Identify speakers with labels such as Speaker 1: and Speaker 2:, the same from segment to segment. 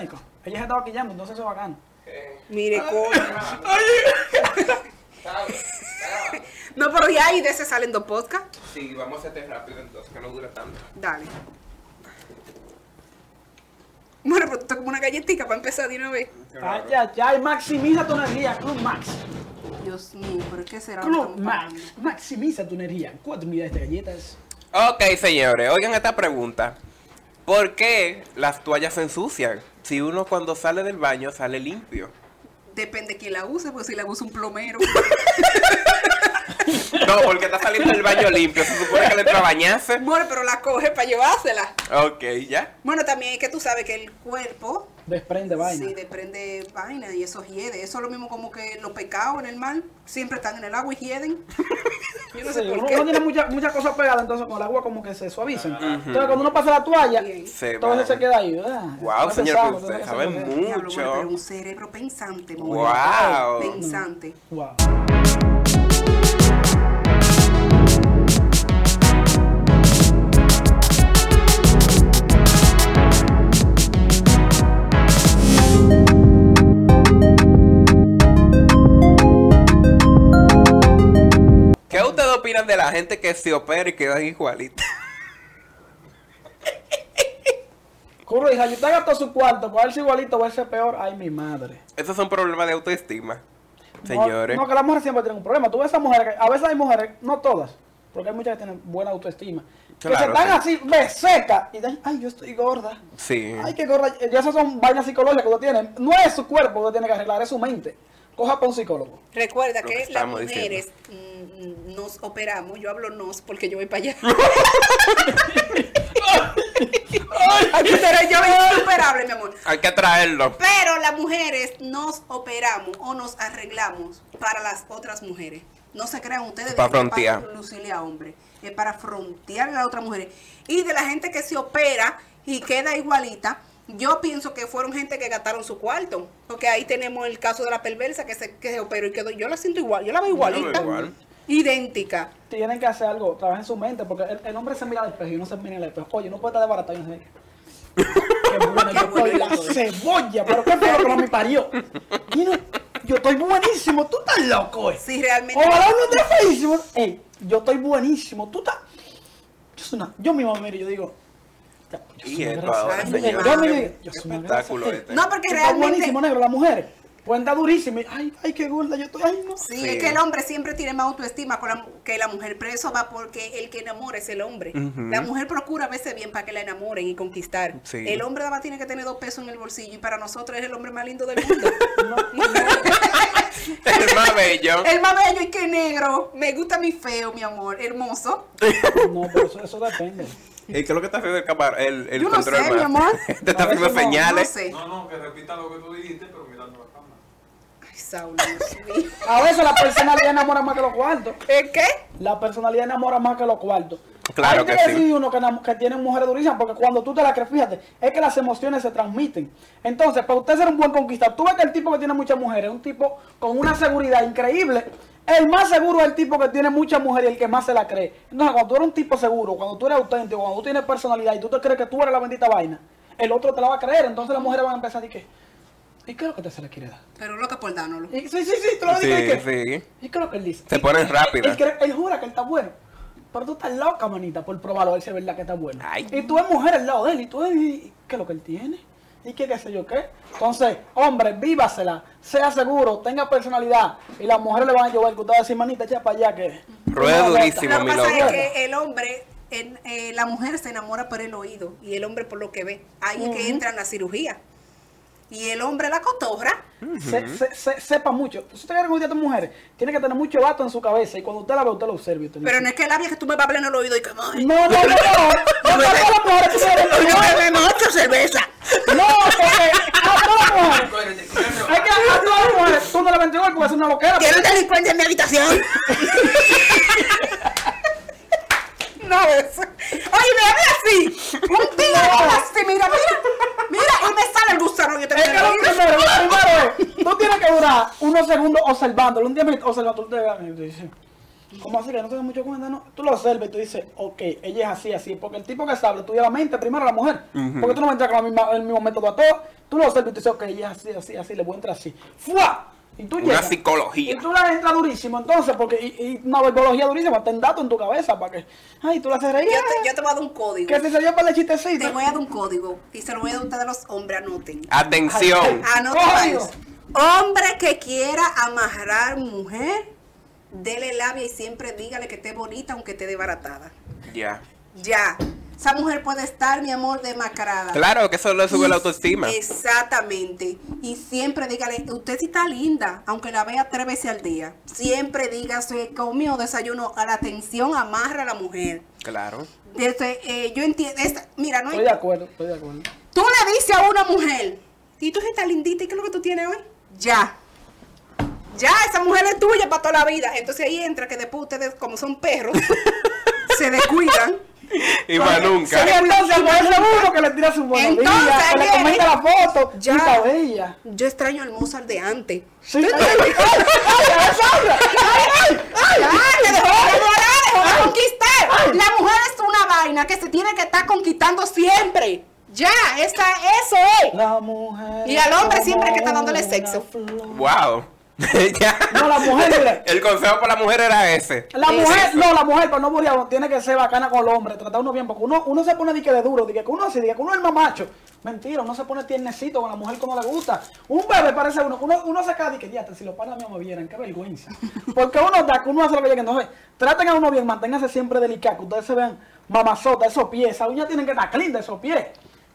Speaker 1: Ella se estaba quillando, entonces eso es bacano.
Speaker 2: Mire,
Speaker 1: Ah.
Speaker 2: coño.
Speaker 3: ¿Sabes? Claro.
Speaker 2: No, pero ya ahí de ese salen dos podcasts.
Speaker 3: Sí, vamos a hacerte rápido entonces, que no dura tanto.
Speaker 2: Dale. Bueno, pero tú estás como una galletita para empezar de una vez.
Speaker 1: Ay, ya, ya, y maximiza tu energía, Club Max.
Speaker 2: Dios mío, pero ¿qué será? lo que
Speaker 1: Club
Speaker 2: estamos pagando?
Speaker 1: Max, maximiza tu energía. Cuatro unidades de galletas.
Speaker 3: Ok, señores, oigan esta pregunta. ¿Por qué las toallas se ensucian? Si uno cuando sale del baño sale limpio.
Speaker 2: Depende quién la use, porque si la usa un plomero.
Speaker 3: No, porque está saliendo del baño limpio. Se supone que le entra a bañarse.
Speaker 2: bueno, pero la coge para llevársela.
Speaker 3: Ok, ya.
Speaker 2: Bueno, también es que tú sabes que el cuerpo
Speaker 1: Desprende vaina.
Speaker 2: sí desprende vaina y eso hiede. Eso es lo mismo como que los pecados en el mar siempre están en el agua y hieden. Yo no sé
Speaker 1: Sí,
Speaker 2: por
Speaker 1: uno,
Speaker 2: qué.
Speaker 1: uno tiene muchas muchas cosas pegadas, entonces con el agua como que se suavizan. Entonces cuando uno pasa la toalla,
Speaker 2: Bien.
Speaker 3: Se
Speaker 1: todo
Speaker 3: va.
Speaker 1: eso se queda ahí. ¿verdad?
Speaker 3: Wow,
Speaker 1: No
Speaker 3: señor,
Speaker 1: pensamos,
Speaker 3: que usted
Speaker 1: entonces
Speaker 3: sabe
Speaker 1: se queda.
Speaker 3: mucho.
Speaker 2: Diablo, bueno, pero un cerebro pensante, mujer.
Speaker 3: Wow.
Speaker 2: Pensante.
Speaker 1: Wow.
Speaker 3: ¿Qué ustedes opinan de la gente que se opera y queda igualita?
Speaker 1: Curro, hija, yo te gasto su cuarto para verse igualito o verse peor. Ay, mi madre.
Speaker 3: Esos son problemas de autoestima,
Speaker 1: No,
Speaker 3: señores.
Speaker 1: No, que las mujeres siempre tienen un problema. Tú ves a esas mujeres, que- a veces hay mujeres, no todas, porque hay muchas que tienen buena autoestima. que se
Speaker 3: Claro,
Speaker 1: están
Speaker 3: sí. Mm.
Speaker 1: así, me seca. Y dicen, ay, yo estoy gorda.
Speaker 3: Sí.
Speaker 1: Ay, qué gorda. Y esas son vainas psicológicas que uno tiene. No es su cuerpo que uno tiene que arreglar, es su mente. Coja para un psicólogo.
Speaker 2: Recuerda
Speaker 3: Lo
Speaker 2: que,
Speaker 3: que
Speaker 2: las
Speaker 3: estamos
Speaker 2: mujeres mm, mm, nos operamos. Yo hablo nos porque yo voy para allá. Aquí seré yo insuperable, mi amor.
Speaker 3: Hay que traerlo.
Speaker 2: Pero las mujeres nos operamos o nos arreglamos para las otras mujeres. No se crean ustedes de
Speaker 3: Para
Speaker 2: que es
Speaker 3: frontear.
Speaker 2: Para lucirle a hombre. Es para frontear a las otras mujeres. Y de la gente que se opera y queda igualita, yo pienso que fueron gente que gastaron su cuarto. Porque ahí tenemos el caso de la perversa que se, que se operó y quedó. Yo la siento igual, yo la veo
Speaker 3: la veo
Speaker 2: igualita.
Speaker 3: igual.
Speaker 2: Idéntica.
Speaker 1: Tienen que hacer algo, trabajen su mente, porque el, el hombre se mira al espejo y no se mira al espejo. Oye, no puede estar desbaratado. y no sé qué. Qué buena yo estoy, la cebolla, pero qué fue lo que no me parió. Mira, yo estoy buenísimo, tú estás loco, eh.
Speaker 2: Si realmente.
Speaker 1: Ojalá no esté feísimo. Ey, yo estoy buenísimo. Tú estás. Yo, soy una- yo mismo me miro y yo digo. ya, yo soy
Speaker 3: Y
Speaker 1: una
Speaker 3: esto
Speaker 1: grasa.
Speaker 3: ahora,
Speaker 2: Ay,
Speaker 3: señores.
Speaker 2: yo me-
Speaker 3: Qué-
Speaker 1: yo
Speaker 3: qué
Speaker 1: soy una
Speaker 3: espectáculo
Speaker 1: grasa.
Speaker 3: este.
Speaker 2: No, porque
Speaker 1: Tú estás
Speaker 2: realmente.
Speaker 1: buenísimo, negro. Las mujeres. Cuenta durísimo. y, Ay, ay, qué gorda. Yo estoy. Ay, no.
Speaker 2: Sí,
Speaker 3: Sí.
Speaker 2: es que el hombre siempre tiene más autoestima con la mu- que la mujer, pero eso va porque el que enamora es el hombre.
Speaker 3: Ujú.
Speaker 2: La mujer procura verse bien para que la enamoren y conquistar.
Speaker 3: Sí.
Speaker 2: El hombre nada más tiene que tener dos pesos en el bolsillo y para nosotros es el hombre más lindo del mundo.
Speaker 3: El más bello.
Speaker 2: el más bello y que negro. Me gusta mi feo, mi amor, hermoso.
Speaker 1: No, pero eso, eso depende.
Speaker 3: ¿Y qué es lo que está haciendo el camar- El, el
Speaker 2: Yo no
Speaker 3: control
Speaker 2: sé, mi
Speaker 3: más?
Speaker 2: amor.
Speaker 3: Te está
Speaker 1: A veces
Speaker 3: haciendo
Speaker 1: no-
Speaker 2: No
Speaker 3: señales.
Speaker 2: sé.
Speaker 4: No, no, que repita lo que tú dijiste, pero mirando la cámara.
Speaker 2: Ay, Saulo, Dios mío.
Speaker 1: A veces la personalidad enamora más que los cuartos.
Speaker 2: ¿El qué?
Speaker 1: La personalidad enamora más que los cuartos.
Speaker 3: Claro
Speaker 1: Hay
Speaker 3: que
Speaker 1: decir
Speaker 3: sí.
Speaker 1: uno que, enam- que tiene mujeres durísimas, porque cuando tú te la crees, fíjate, es que las emociones se transmiten. Entonces, para usted ser un buen conquistador, tú ves que el tipo que tiene muchas mujeres, un tipo con una seguridad increíble, el más seguro es el tipo que tiene muchas mujeres y el que más se la cree. Entonces, cuando tú eres un tipo seguro, cuando tú eres auténtico, cuando tú tienes personalidad y tú te crees que tú eres la bendita vaina, el otro te la va a creer, entonces las mujeres van a empezar y que, ¿y qué es lo que te se le quiere dar?
Speaker 2: Pero loca por dánolo.
Speaker 1: Y, sí, sí, sí, te lo digo, y
Speaker 3: Sí,
Speaker 1: que,
Speaker 3: sí.
Speaker 1: ¿y qué es lo que él dice?
Speaker 3: Se ponen
Speaker 1: Él,
Speaker 3: rápidas.
Speaker 1: cree- él jura que él está bueno. Pero tú estás loca, manita, por probarlo a ver si es verdad que está bueno.
Speaker 3: Ay.
Speaker 1: Y tú eres mujer al lado de él. Y tú eres, ¿y ¿qué es lo que él tiene? ¿Y qué, qué sé yo qué? Entonces, hombre, vívasela. Sea seguro, tenga personalidad. Y las mujeres le van a llover. Que usted va a decir, manita, echa para allá que...
Speaker 3: Rueda
Speaker 1: Una gota.
Speaker 3: durísimo,
Speaker 2: Lo que
Speaker 3: mi
Speaker 2: pasa
Speaker 3: loca.
Speaker 2: es que el hombre, en- eh, la mujer se enamora por el oído y el hombre por lo que ve. Ahí es que entra en la cirugía. Y el hombre la cotorra.
Speaker 1: Se- se- se- sepa mucho. Si usted quiere conquistar a tus mujeres, tiene que tener mucho vato en su cabeza. Y cuando usted la ve, usted lo observa. y usted dice,
Speaker 2: Pero no es que el labia que tú me vas a hablar en el oído y que "Ay,
Speaker 1: No, no, no, no. No, no, no, no, mujeres, señores,
Speaker 2: yo
Speaker 1: no,
Speaker 2: me bebo ocho cervezas.
Speaker 1: No, porque a todas las mujeres. Hay que a todas las mujeres. Tú no la vendes igual porque es una loquera.
Speaker 2: Quiero un delincuente en mi habitación. No, eso. Oye, me habla así. Un tigre me habla así. Mira, mira. Mira, y me sale el gusano. Yo te
Speaker 1: Es que lo primero, lo primero es, tú tienes que durar unos segundos observándolo, un 10 minutos observándolo. Tú te veas, y tú dices, ¿Cómo así? Que no tengo mucho cuenta, no. Tú lo observas y tú dices, ok, ella es así, así. Porque el tipo que sabe, tú llevas la mente primero a la mujer.
Speaker 3: Ujú.
Speaker 1: Porque tú no vas a entrar con la misma- el mismo método a todo. Tú lo observas y tú dices, ok, ella es así, así, así, le voy a entrar así. ¡Fua! Y tú
Speaker 3: Una
Speaker 1: llegas.
Speaker 3: psicología.
Speaker 1: Y tú la entras durísimo, entonces, porque. Y, y una verbología durísima, ten datos en tu cabeza para que. Ay, tú la haces reír.
Speaker 2: Yo te, yo te voy a dar un código.
Speaker 1: Que si se dio para el chistecito.
Speaker 2: Te voy a dar un código y se lo voy a dar a ustedes los hombres, anoten.
Speaker 3: Atención.
Speaker 1: Ay,
Speaker 2: Anoten
Speaker 1: Código.
Speaker 2: varios. Hombre que quiera amarrar mujer, dele labia y siempre dígale que esté bonita aunque esté desbaratada.
Speaker 3: Ya.
Speaker 2: Ya. Esa mujer puede estar, mi amor, demacrada.
Speaker 3: Claro que eso le sube
Speaker 2: Y-
Speaker 3: la autoestima.
Speaker 2: Exactamente. Y siempre dígale, usted sí está linda, aunque la vea tres veces al día. Siempre diga, se comió desayuno, a la atención amarra a la mujer.
Speaker 3: Claro.
Speaker 2: Desde, eh, yo entiendo, esta- mira, no hay-
Speaker 1: Estoy de acuerdo, estoy de acuerdo.
Speaker 2: tú le dices a una mujer, y tú sí estás lindita, ¿y qué es lo que tú tienes hoy? Ya. Ya, esa mujer es tuya para toda la vida. Entonces ahí entra que después ustedes, como son perros, se descuidan.
Speaker 3: Y más nunca.
Speaker 1: Y entonces, por ese uno que le tira su buenos días,
Speaker 2: Entonces,
Speaker 1: que le
Speaker 2: viene-
Speaker 1: comenta la foto,
Speaker 2: Ya.
Speaker 1: y está bella.
Speaker 2: Yo extraño al Mozart de antes.
Speaker 1: Sí. ¡Ay, ay, ay, Sandra! ¡Ay, ay! ¡Ay,
Speaker 2: Ya, te dejó
Speaker 1: ay!
Speaker 2: enamorar, dejó de
Speaker 1: Ay.
Speaker 2: conquistar.
Speaker 1: Ay.
Speaker 2: La mujer es una vaina que se tiene que estar conquistando siempre. Ya, esa, eso es.
Speaker 1: La mujer
Speaker 2: Y al hombre
Speaker 1: es
Speaker 2: siempre
Speaker 1: como
Speaker 2: que está dándole
Speaker 1: una
Speaker 2: sexo.
Speaker 1: flor.
Speaker 3: Wow. Ya.
Speaker 1: No, la mujer, mire.
Speaker 3: El consejo para la mujer era ese.
Speaker 1: La
Speaker 2: Sí,
Speaker 1: mujer,
Speaker 2: sí,
Speaker 1: no, la mujer, pero no murió, tiene que ser bacana con el hombre, tratar uno bien, porque uno, uno se pone dique de duro, dique que uno así, dique que uno es el mamacho. Mentira, uno se pone tiernecito con la mujer como le gusta. Un bebé parece uno, uno, uno se cae y que ya, si los padres míos me vieran, qué vergüenza. Porque uno da, que uno hace lo que quiere, entonces, traten a uno bien, manténganse siempre delicados, que ustedes se vean mamazota, esos pies, esas uñas tienen que estar clean de esos pies.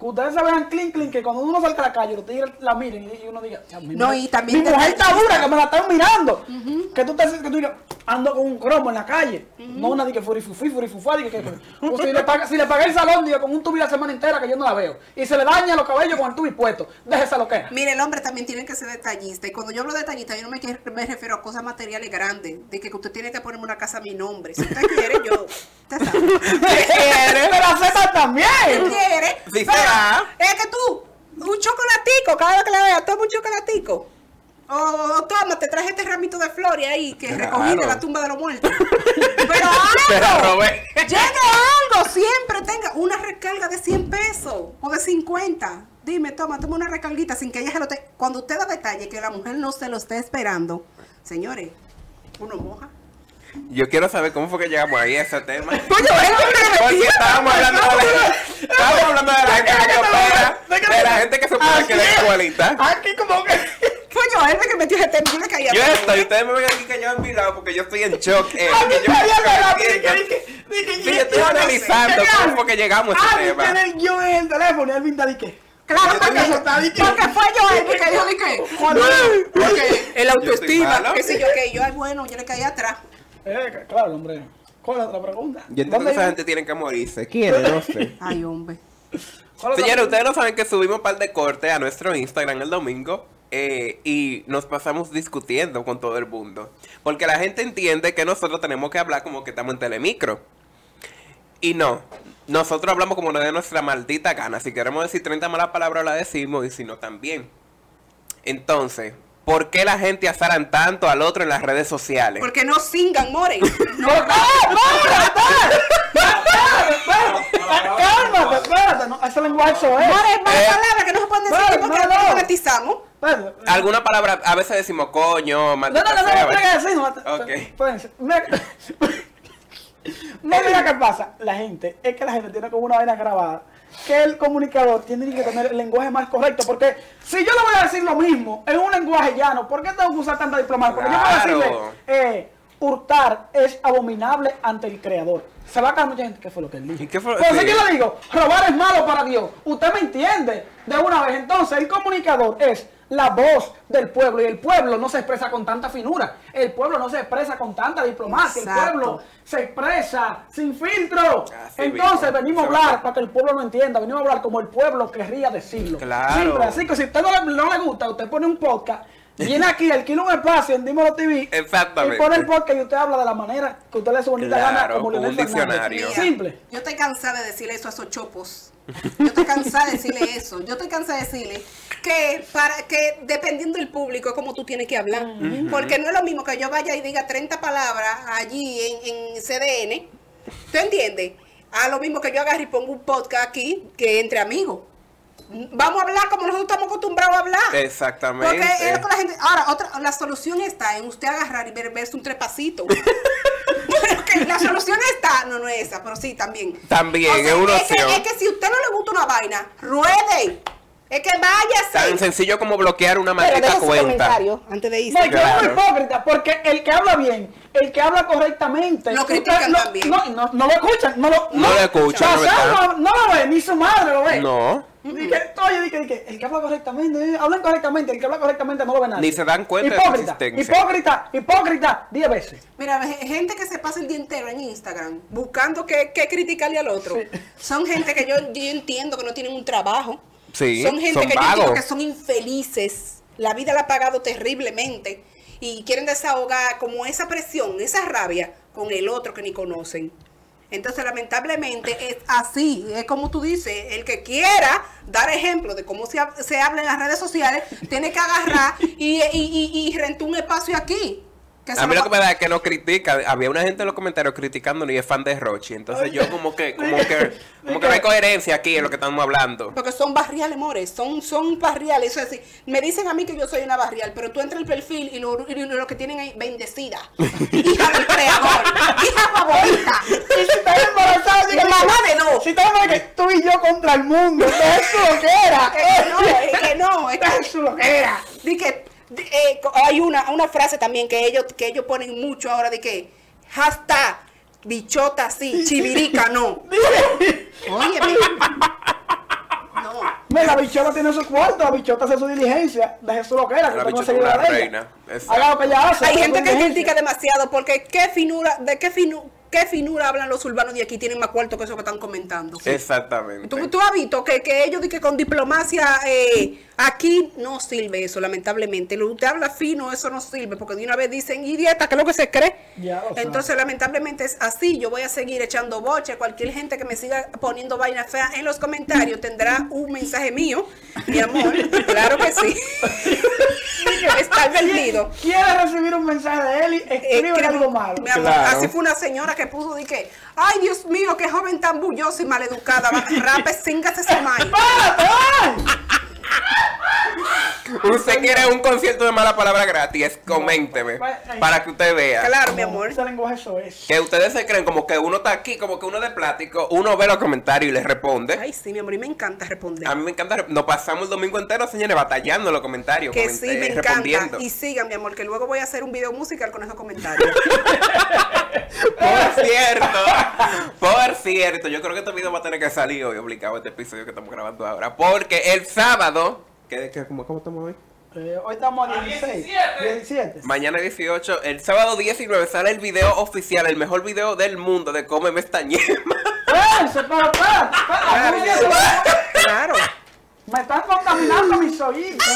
Speaker 1: Que ustedes se vean clean, clean, que cuando uno salga a la calle, los tigres la miren y- y uno diga, "Ya, mi
Speaker 2: No,
Speaker 1: mujer-
Speaker 2: y también
Speaker 1: mi
Speaker 2: te-
Speaker 1: mujer está dura, que me la están mirando. Que tú te que tú digas, ando con un cromo en la calle. No una de que furifufí, furifufá, de que, que- o si le paga, si le pagué el salón, diga con un tubi la semana entera que yo no la veo. Y se le daña los cabellos con el tubi puesto. Déjese lo que es.
Speaker 2: Mire, el hombre también tiene que ser detallista. Y cuando yo hablo de detallista, yo no me, quiero- me refiero a cosas materiales grandes. De que usted tiene que ponerme una casa a mi nombre. Si usted quiere, yo. Usted sabe.
Speaker 1: Pero la Z
Speaker 2: Usted
Speaker 1: también.
Speaker 2: quiere.
Speaker 3: Sí,
Speaker 2: pero
Speaker 3: será.
Speaker 2: es que tú, un chocolatico, cada vez que la veas, toma un chocolatico. O, o toma, te traje este ramito de flores ahí que recogí de
Speaker 3: Claro.
Speaker 2: la tumba de los muertos. Pero
Speaker 3: Te la
Speaker 2: algo.
Speaker 3: robé.
Speaker 2: Llegue algo, siempre tenga una recarga de 100 pesos o de 50. Dime, toma, toma una recarguita sin que ella se lo te... Cuando usted da detalle que la mujer no se lo esté esperando, señores, uno moja.
Speaker 3: Yo quiero saber cómo fue que llegamos ahí a ese tema.
Speaker 2: Coño, es una
Speaker 3: Porque
Speaker 2: mentira,
Speaker 3: estábamos hablando de la, estábamos hablando de la gente que opera, de la gente que se puede quedar igualita.
Speaker 1: Aquí como que.
Speaker 2: Coño, él fue que metió ese tema, yo le caí a
Speaker 3: Yo
Speaker 2: todo.
Speaker 3: estoy, ustedes me ven aquí que yo he mirado porque yo estoy en shock. eh,
Speaker 1: A mí
Speaker 3: que yo-
Speaker 1: todavía me la
Speaker 3: que-
Speaker 1: dije,
Speaker 3: que-
Speaker 1: dije, dije,
Speaker 3: Sí, yo estoy
Speaker 1: yo no sé.
Speaker 3: analizando
Speaker 1: Genial.
Speaker 3: cómo fue que llegamos a
Speaker 1: Ah,
Speaker 3: ese tema.
Speaker 1: tiene el guión en el teléfono y él pinta de que.
Speaker 2: Claro,
Speaker 3: Yo tengo
Speaker 2: porque,
Speaker 1: soltadito.
Speaker 2: porque fue yo el que dijo de que.
Speaker 1: Cuando-
Speaker 2: Porque el
Speaker 3: autoestima,
Speaker 2: autoestima,
Speaker 3: qué
Speaker 2: que
Speaker 3: sé
Speaker 2: sé yo, que yo, ay, bueno, yo le caí atrás.
Speaker 1: Eh, claro, hombre. ¿Cuál es la otra pregunta?
Speaker 3: Yo entiendo
Speaker 1: ¿Dónde
Speaker 3: que esa
Speaker 1: iba?
Speaker 3: gente tiene que morirse. ¿Quién? No sé.
Speaker 2: Ay, hombre.
Speaker 1: ¿Cuál es la
Speaker 3: Señores,
Speaker 1: pregunta?
Speaker 3: ustedes no saben que subimos un par de cortes a nuestro Instagram el domingo eh, y nos pasamos discutiendo con todo el mundo. Porque la gente entiende que nosotros tenemos que hablar como que estamos en telemicro. Y no, nosotros hablamos como nos dé nuestra maldita gana. Si queremos decir 30 malas palabras, la decimos y si no, también. Entonces, ¿por qué la gente azaran tanto al otro en las redes sociales?
Speaker 2: Porque no singan, more. No,
Speaker 1: No, no, no, espérate, cálmate, espérate, no, ese lenguaje eso es.
Speaker 2: more, más
Speaker 3: Eh,
Speaker 2: palabras que no se pueden
Speaker 1: more,
Speaker 2: decir porque
Speaker 1: no,
Speaker 2: no,
Speaker 1: no.
Speaker 2: monetizamos.
Speaker 1: Espérate.
Speaker 3: Alguna palabra, a veces decimos coño,
Speaker 1: No,
Speaker 3: maldita
Speaker 1: no, no, no,
Speaker 3: sea,
Speaker 1: no,
Speaker 3: ¿verdad?
Speaker 1: que decir, no,
Speaker 3: Ok.
Speaker 1: espérense, mira que- No, mira qué pasa, la gente, es que la gente tiene como una vaina grabada, que el comunicador tiene que tener el lenguaje más correcto, porque si yo le voy a decir lo mismo en un lenguaje llano, ¿por qué tengo que usar tanta diplomacia? Porque yo puedo
Speaker 3: Claro.
Speaker 1: decirle, eh, hurtar es abominable ante el creador. Se va a caer mucha gente, ¿qué fue lo que él dijo?
Speaker 3: ¿Y qué fue?
Speaker 1: Pero si
Speaker 3: Sí.
Speaker 1: yo le digo, robar es malo para Dios. Usted me entiende. De una vez, entonces, el comunicador es la voz del pueblo y el pueblo no se expresa con tanta finura. El pueblo no se expresa con tanta diplomacia.
Speaker 2: Exacto.
Speaker 1: El pueblo se expresa sin filtro.
Speaker 3: Así
Speaker 1: entonces,
Speaker 3: mismo.
Speaker 1: venimos a
Speaker 3: Se va
Speaker 1: hablar
Speaker 3: a-
Speaker 1: para que el pueblo no entienda. Venimos a hablar como el pueblo querría decirlo.
Speaker 3: Claro.
Speaker 1: Simple. Así que si a usted no le, no le gusta, usted pone un podcast Viene aquí, alquila un espacio en Dímelo TV.
Speaker 3: Exactamente.
Speaker 1: Y pone el podcast y usted habla de la manera que usted le su bonita
Speaker 3: Claro,
Speaker 1: gana como
Speaker 3: con un
Speaker 1: Leonel Fernández.
Speaker 3: diccionario.
Speaker 1: Simple.
Speaker 2: Yo estoy cansada de decirle eso a esos chopos. Yo estoy cansada de decirle eso. Yo estoy cansada de decirle que para que dependiendo del público es como tú tienes que hablar. Porque no es lo mismo que yo vaya y diga 30 palabras allí en, en CDN. ¿Tú entiendes? A lo mismo que yo agarre y pongo un podcast aquí que entre amigos. Vamos a hablar como nosotros estamos acostumbrados a hablar.
Speaker 3: Exactamente.
Speaker 2: Porque es lo que la gente. Ahora, otra, la solución está en usted agarrar y beberse un trepacito. pero que la solución está. No, no es esa, pero sí, también.
Speaker 3: También,
Speaker 2: O sea,
Speaker 3: es una
Speaker 2: que-
Speaker 3: opción.
Speaker 2: Es que, si a usted no le gusta una vaina, ruede. Es que
Speaker 3: Tan
Speaker 2: váyase.
Speaker 3: sencillo como bloquear una
Speaker 5: Pero deja
Speaker 3: maldita
Speaker 5: su
Speaker 3: cuenta.
Speaker 5: comentario.
Speaker 2: Antes de irse.
Speaker 1: No, yo
Speaker 3: Claro.
Speaker 1: soy hipócrita porque el que habla bien, el que habla correctamente,
Speaker 2: Lo
Speaker 1: usted
Speaker 2: critican
Speaker 1: no,
Speaker 2: también.
Speaker 1: No, no, no lo escuchan, no lo,
Speaker 3: No lo escuchan,
Speaker 1: O sea,
Speaker 3: no
Speaker 1: no,
Speaker 3: lo
Speaker 1: no lo ve, ni su madre lo ve.
Speaker 3: No.
Speaker 1: Dije, oye, dije, dije, el que habla correctamente, eh, hablan correctamente, el que habla correctamente no lo ve nadie.
Speaker 3: Ni se dan cuenta de su
Speaker 1: Hipócrita,
Speaker 3: existencia.
Speaker 1: hipócrita, hipócrita, diez veces.
Speaker 2: Mira, ve- gente que se pasa el día entero en Instagram buscando que, que criticarle al otro. Son gente que yo, yo entiendo que no tienen un trabajo.
Speaker 3: Sí,
Speaker 2: son gente
Speaker 3: son
Speaker 2: que yo entiendo
Speaker 3: vagos.
Speaker 2: que son infelices. La vida la ha pagado terriblemente. Y quieren desahogar como esa presión, esa rabia con el otro que ni conocen. Entonces, lamentablemente, es así. Es como tú dices, el que quiera dar ejemplo de cómo se, ha- se habla en las redes sociales, tiene que agarrar y, y, y- y rentar un espacio aquí. que se
Speaker 3: A mí lo
Speaker 2: lo
Speaker 3: que
Speaker 2: va-
Speaker 3: me da es que no critica. Había una gente en los comentarios criticándolo y es fan de Rochi. Entonces yo como que, como que, como que no hay coherencia aquí en lo que estamos hablando.
Speaker 2: Porque son barriales, mores, son, son barriales. Eso es así. Me dicen a mí que yo soy una barrial, pero tú entras al perfil y lo, y lo que tienen ahí, bendecida. Hija del creador, hija favorita.
Speaker 1: Y si estás embarazada,
Speaker 2: La mamá de dos.
Speaker 1: Si estás embarazada, que tú y yo contra el mundo, eso es lo que era.
Speaker 2: Que no, eh, que no, eh,
Speaker 1: Eso es lo que era.
Speaker 2: Di que di- eh, co- hay una, una frase también que ellos, que ellos ponen mucho ahora de que hashtag bichota sí, chivirica no. Oye, no.
Speaker 1: Mira, la bichota tiene su cuarto, la bichota hace su diligencia. Deje su loquera, que
Speaker 3: La
Speaker 1: usted no
Speaker 3: bichota es
Speaker 1: seguidora
Speaker 3: una
Speaker 1: de ella.
Speaker 3: reina, exacto.
Speaker 1: Haga lo que ella hace.
Speaker 2: Hay
Speaker 1: haga
Speaker 2: gente
Speaker 1: su
Speaker 2: que
Speaker 1: diligencia.
Speaker 2: critica demasiado porque qué finura, de qué finu- qué finura hablan los urbanos de aquí, tienen más cuarto que eso que están comentando.
Speaker 3: Exactamente.
Speaker 2: ¿Tú, tú has visto que, que ellos dicen que con diplomacia eh, aquí no sirve eso, lamentablemente. Lo usted habla fino, eso no sirve, porque de una vez dicen, y dieta, que es lo que se cree.
Speaker 1: Ya lo
Speaker 2: Entonces, lamentablemente es así. Yo voy a seguir echando boche. Cualquier gente que me siga poniendo vaina fea en los comentarios tendrá un mensaje mío, mi amor. claro que sí. Está advertido.
Speaker 1: Quiere recibir un mensaje de Eli, escribe
Speaker 2: Escribe-
Speaker 1: algo malo.
Speaker 2: Eh, Mi amor,
Speaker 3: Claro.
Speaker 2: Así fue una señora que puso de que, ay Dios mío, qué joven tan bullosa y maleducada, va- rape, cíngase esa maíz.
Speaker 1: ¡Párate! ay!
Speaker 3: Usted quiere un concierto de mala palabra gratis, coménteme. Para que usted vea.
Speaker 2: pues, Claro, mi amor.
Speaker 3: ¿Eh?
Speaker 1: Ese lenguaje eso es.
Speaker 3: Que ustedes se creen como que uno está aquí, como que uno de plástico, uno ve los comentarios y les responde.
Speaker 2: Ay, sí, mi amor, y me encanta responder.
Speaker 3: A mí me encanta, nos pasamos el domingo entero, señores, batallando en los comentarios,
Speaker 2: Que
Speaker 3: coment-
Speaker 2: sí,
Speaker 3: eh,
Speaker 2: me
Speaker 3: respondiendo.
Speaker 2: encanta. Y sigan, mi amor, que luego voy a hacer un video musical con esos comentarios.
Speaker 3: Por cierto, por cierto, yo creo que este video va a tener que salir hoy, obligado, este episodio que estamos grabando ahora. Porque el sábado, que, que- ¿cómo, cómo estamos hoy?
Speaker 1: Eh, hoy estamos a 16.
Speaker 4: 17.
Speaker 1: 17.
Speaker 3: Mañana 18, el sábado 19 sale el video oficial, el mejor video del mundo de Cómeme esta ñema.
Speaker 1: ¡Ey! ¡Se para, para! para. Uy, se para.
Speaker 2: Ah, claro.
Speaker 1: Me están contaminando mis oídos.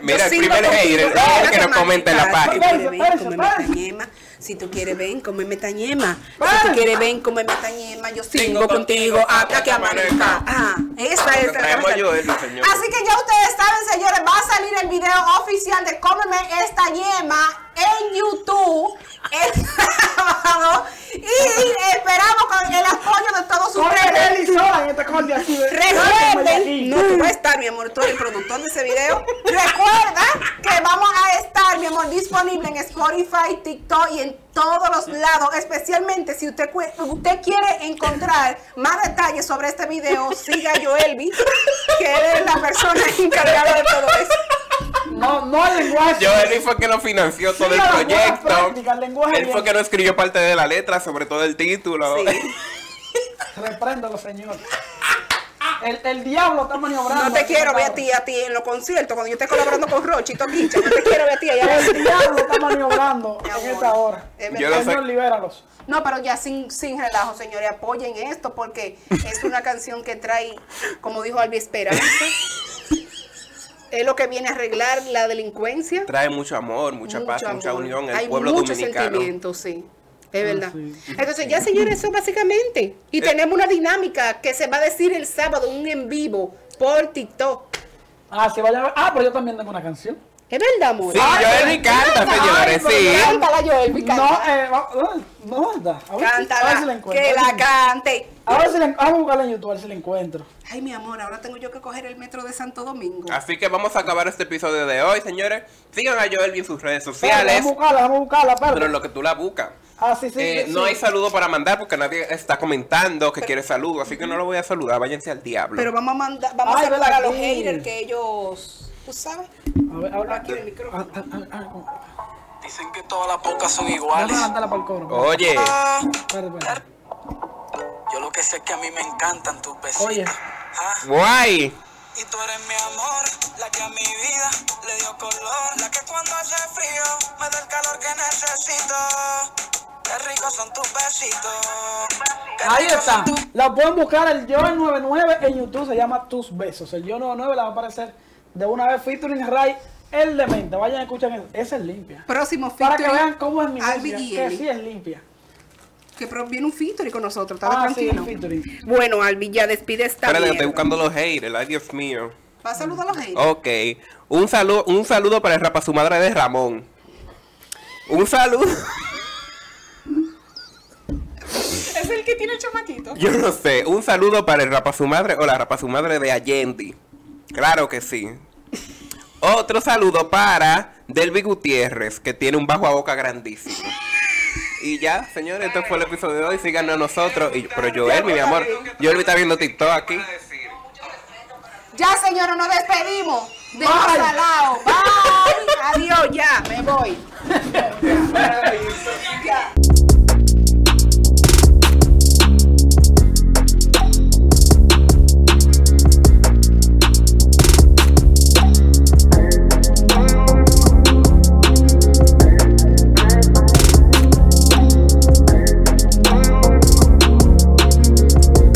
Speaker 3: Mira,
Speaker 2: Yo
Speaker 3: el
Speaker 2: sigo
Speaker 3: primer
Speaker 2: contigo
Speaker 3: hater, el
Speaker 2: toda
Speaker 3: hater
Speaker 2: la
Speaker 3: que nos
Speaker 2: semana.
Speaker 3: comenta en la
Speaker 2: Claro,
Speaker 3: página.
Speaker 2: Si tú quieres, ven,
Speaker 1: Espérense,
Speaker 2: cómeme esta
Speaker 1: espérense.
Speaker 2: ñema. Si tú quieres, ven, cómeme esta ñema. Si tú
Speaker 1: Espérense.
Speaker 2: quieres, ven, cómeme esta ñema. Yo sigo
Speaker 3: Sigo
Speaker 2: contigo
Speaker 3: contigo
Speaker 2: hasta que amanezca.
Speaker 3: amanezca.
Speaker 2: Ah, esa es la
Speaker 3: Traemos
Speaker 2: que
Speaker 3: yo
Speaker 2: me
Speaker 3: eso,
Speaker 2: sale.
Speaker 3: señor.
Speaker 2: Así que ya ustedes saben, señores, va a salir el video oficial de Cómeme esta ñema en YouTube el sábado. Y esperamos con el apoyo de todos
Speaker 1: Corre
Speaker 2: ustedes.
Speaker 1: Eli sola en esta corte así. de- Sáquenme de aquí.
Speaker 2: Recuerden, no, tú vas a estar, mi amor, tú eres el productor de ese video. Recuerda que vamos a estar, mi amor, disponible en Spotify, TikTok y en todos los lados, especialmente si usted, cue- usted quiere encontrar más detalles sobre este video, siga a Joelvi, que él es la persona encargada de todo eso.
Speaker 1: No, no el lenguaje.
Speaker 3: Yo, él fue que lo financió todo el
Speaker 1: la buena
Speaker 3: proyecto.
Speaker 1: práctica, el lenguaje
Speaker 3: Él fue
Speaker 1: bien.
Speaker 3: que no escribió parte de la letra, sobre todo el título.
Speaker 2: Sí.
Speaker 1: Repréndalo, señor. El, el diablo está maniobrando.
Speaker 2: No te
Speaker 1: aquí,
Speaker 2: quiero ver a
Speaker 1: cabrón.
Speaker 2: ti, a ti en los conciertos, cuando yo esté colaborando con Rochito Quincha, no te quiero ver a ti allá
Speaker 1: El
Speaker 2: adelante.
Speaker 1: diablo está maniobrando
Speaker 2: Mi
Speaker 1: en
Speaker 2: amor.
Speaker 1: esta hora.
Speaker 2: Es
Speaker 3: Yo lo
Speaker 1: Señor,
Speaker 3: sé.
Speaker 1: libéralos.
Speaker 2: No, pero ya sin, sin relajo, señores, apoyen esto porque es una canción que trae, como dijo Albi Esperanza, es lo que viene a arreglar la delincuencia.
Speaker 3: Trae mucho amor, mucha paz,
Speaker 2: Mucho
Speaker 3: mucha
Speaker 2: amor.
Speaker 3: unión. El
Speaker 2: Hay
Speaker 3: pueblo
Speaker 2: mucho
Speaker 3: dominicano.
Speaker 2: sentimiento, sí. Es verdad.
Speaker 1: Ah, sí.
Speaker 2: Entonces, ya señores, eso básicamente.
Speaker 3: Eh.
Speaker 2: Y tenemos una dinámica que se va a decir el sábado, un en vivo por TikTok.
Speaker 1: Ah, se vaya a ver. Ah, pero yo también tengo una canción.
Speaker 2: ¿Es verdad, amor?
Speaker 3: Sí, Joel canta, señores, sí.
Speaker 2: Cántala, Joel,
Speaker 1: No,
Speaker 2: mi
Speaker 1: eh,
Speaker 2: canta.
Speaker 1: va- no, no, verdad. A ver, si- a ver si la
Speaker 2: Cántala,
Speaker 1: encuentro.
Speaker 2: que
Speaker 1: a ver si
Speaker 2: la cante.
Speaker 1: A ver si la, vamos a buscarla en YouTube, a ver si la encuentro.
Speaker 2: Ay, mi amor, ahora tengo yo que coger el metro de Santo Domingo.
Speaker 3: Así que vamos a acabar este episodio de hoy, señores. Sigan a Joel en sus redes
Speaker 1: Espérate,
Speaker 3: sociales.
Speaker 1: Vamos a buscarla, vamos a buscarla, espérate.
Speaker 3: Pero en lo que tú la buscas.
Speaker 1: Ah, sí, sí,
Speaker 3: Eh,
Speaker 1: sí.
Speaker 3: No hay saludo para mandar porque nadie está comentando que quiere saludo, así que no lo voy a saludar. Váyanse al diablo.
Speaker 2: Pero vamos a mandar, vamos
Speaker 1: Ay,
Speaker 2: a saludar a
Speaker 1: ¿verdad?
Speaker 2: los
Speaker 1: Sí.
Speaker 2: haters que ellos, tú sabes,
Speaker 1: A ver, habla
Speaker 2: aquí en el micrófono.
Speaker 1: Ah, ah, ah, ah.
Speaker 5: Dicen que todas las pocas son
Speaker 1: Vamos a
Speaker 5: iguales.
Speaker 1: cantarla para el coro.
Speaker 3: Oye,
Speaker 5: Ah,
Speaker 1: Espérate, espérate.
Speaker 5: Yo lo que sé es que a mí me encantan tus
Speaker 3: Oh.
Speaker 5: besitos.
Speaker 1: Oye.
Speaker 5: Ah,
Speaker 3: guay.
Speaker 5: y tú eres mi amor, la que a mi vida le dio color. La que cuando hace frío me da el calor que necesito. Qué ricos son tus besitos. Qué
Speaker 1: Ahí
Speaker 5: ricos
Speaker 1: está.
Speaker 5: son tus
Speaker 1: La pueden buscar el Joel 99 en YouTube, se llama Tus Besos. El Joel 99 la va a aparecer de una vez featuring Ray, el demente. Vayan a escuchar eso. Esa es limpia.
Speaker 2: Próximo
Speaker 1: Para que
Speaker 2: featuring,
Speaker 1: vean cómo es mi
Speaker 2: Albi
Speaker 1: música,
Speaker 2: y
Speaker 1: que
Speaker 2: Eli.
Speaker 1: sí es limpia.
Speaker 2: Que pro- viene un featuring con nosotros, estaba
Speaker 1: Ah, sí,
Speaker 2: tranquilo.
Speaker 1: el featuring.
Speaker 2: bueno, Albi, ya despide esta
Speaker 3: Espérate que
Speaker 2: mierda.
Speaker 3: estoy buscando Oh. los haters. Ay, Dios mío.
Speaker 2: Va a saludar a los haters.
Speaker 3: Ok. Un saludo, un saludo para el rapa su madre de Ramón. Un saludo.
Speaker 2: Es el que tiene el chamaquito.
Speaker 3: Yo no sé. Un saludo para el rapa su madre o la rapa su madre de Allende. Claro que sí. Otro saludo para Delvi Gutiérrez, que tiene un bajo a boca grandísimo. Y ya, señores, este fue el episodio de hoy. Síganos a nosotros. Y, pero Joel, mi amor, Joel me está viendo TikTok aquí.
Speaker 2: Ya, señora, nos despedimos. De
Speaker 1: Bye.
Speaker 2: los salados. Bye. Adiós, ya, me voy. Ya.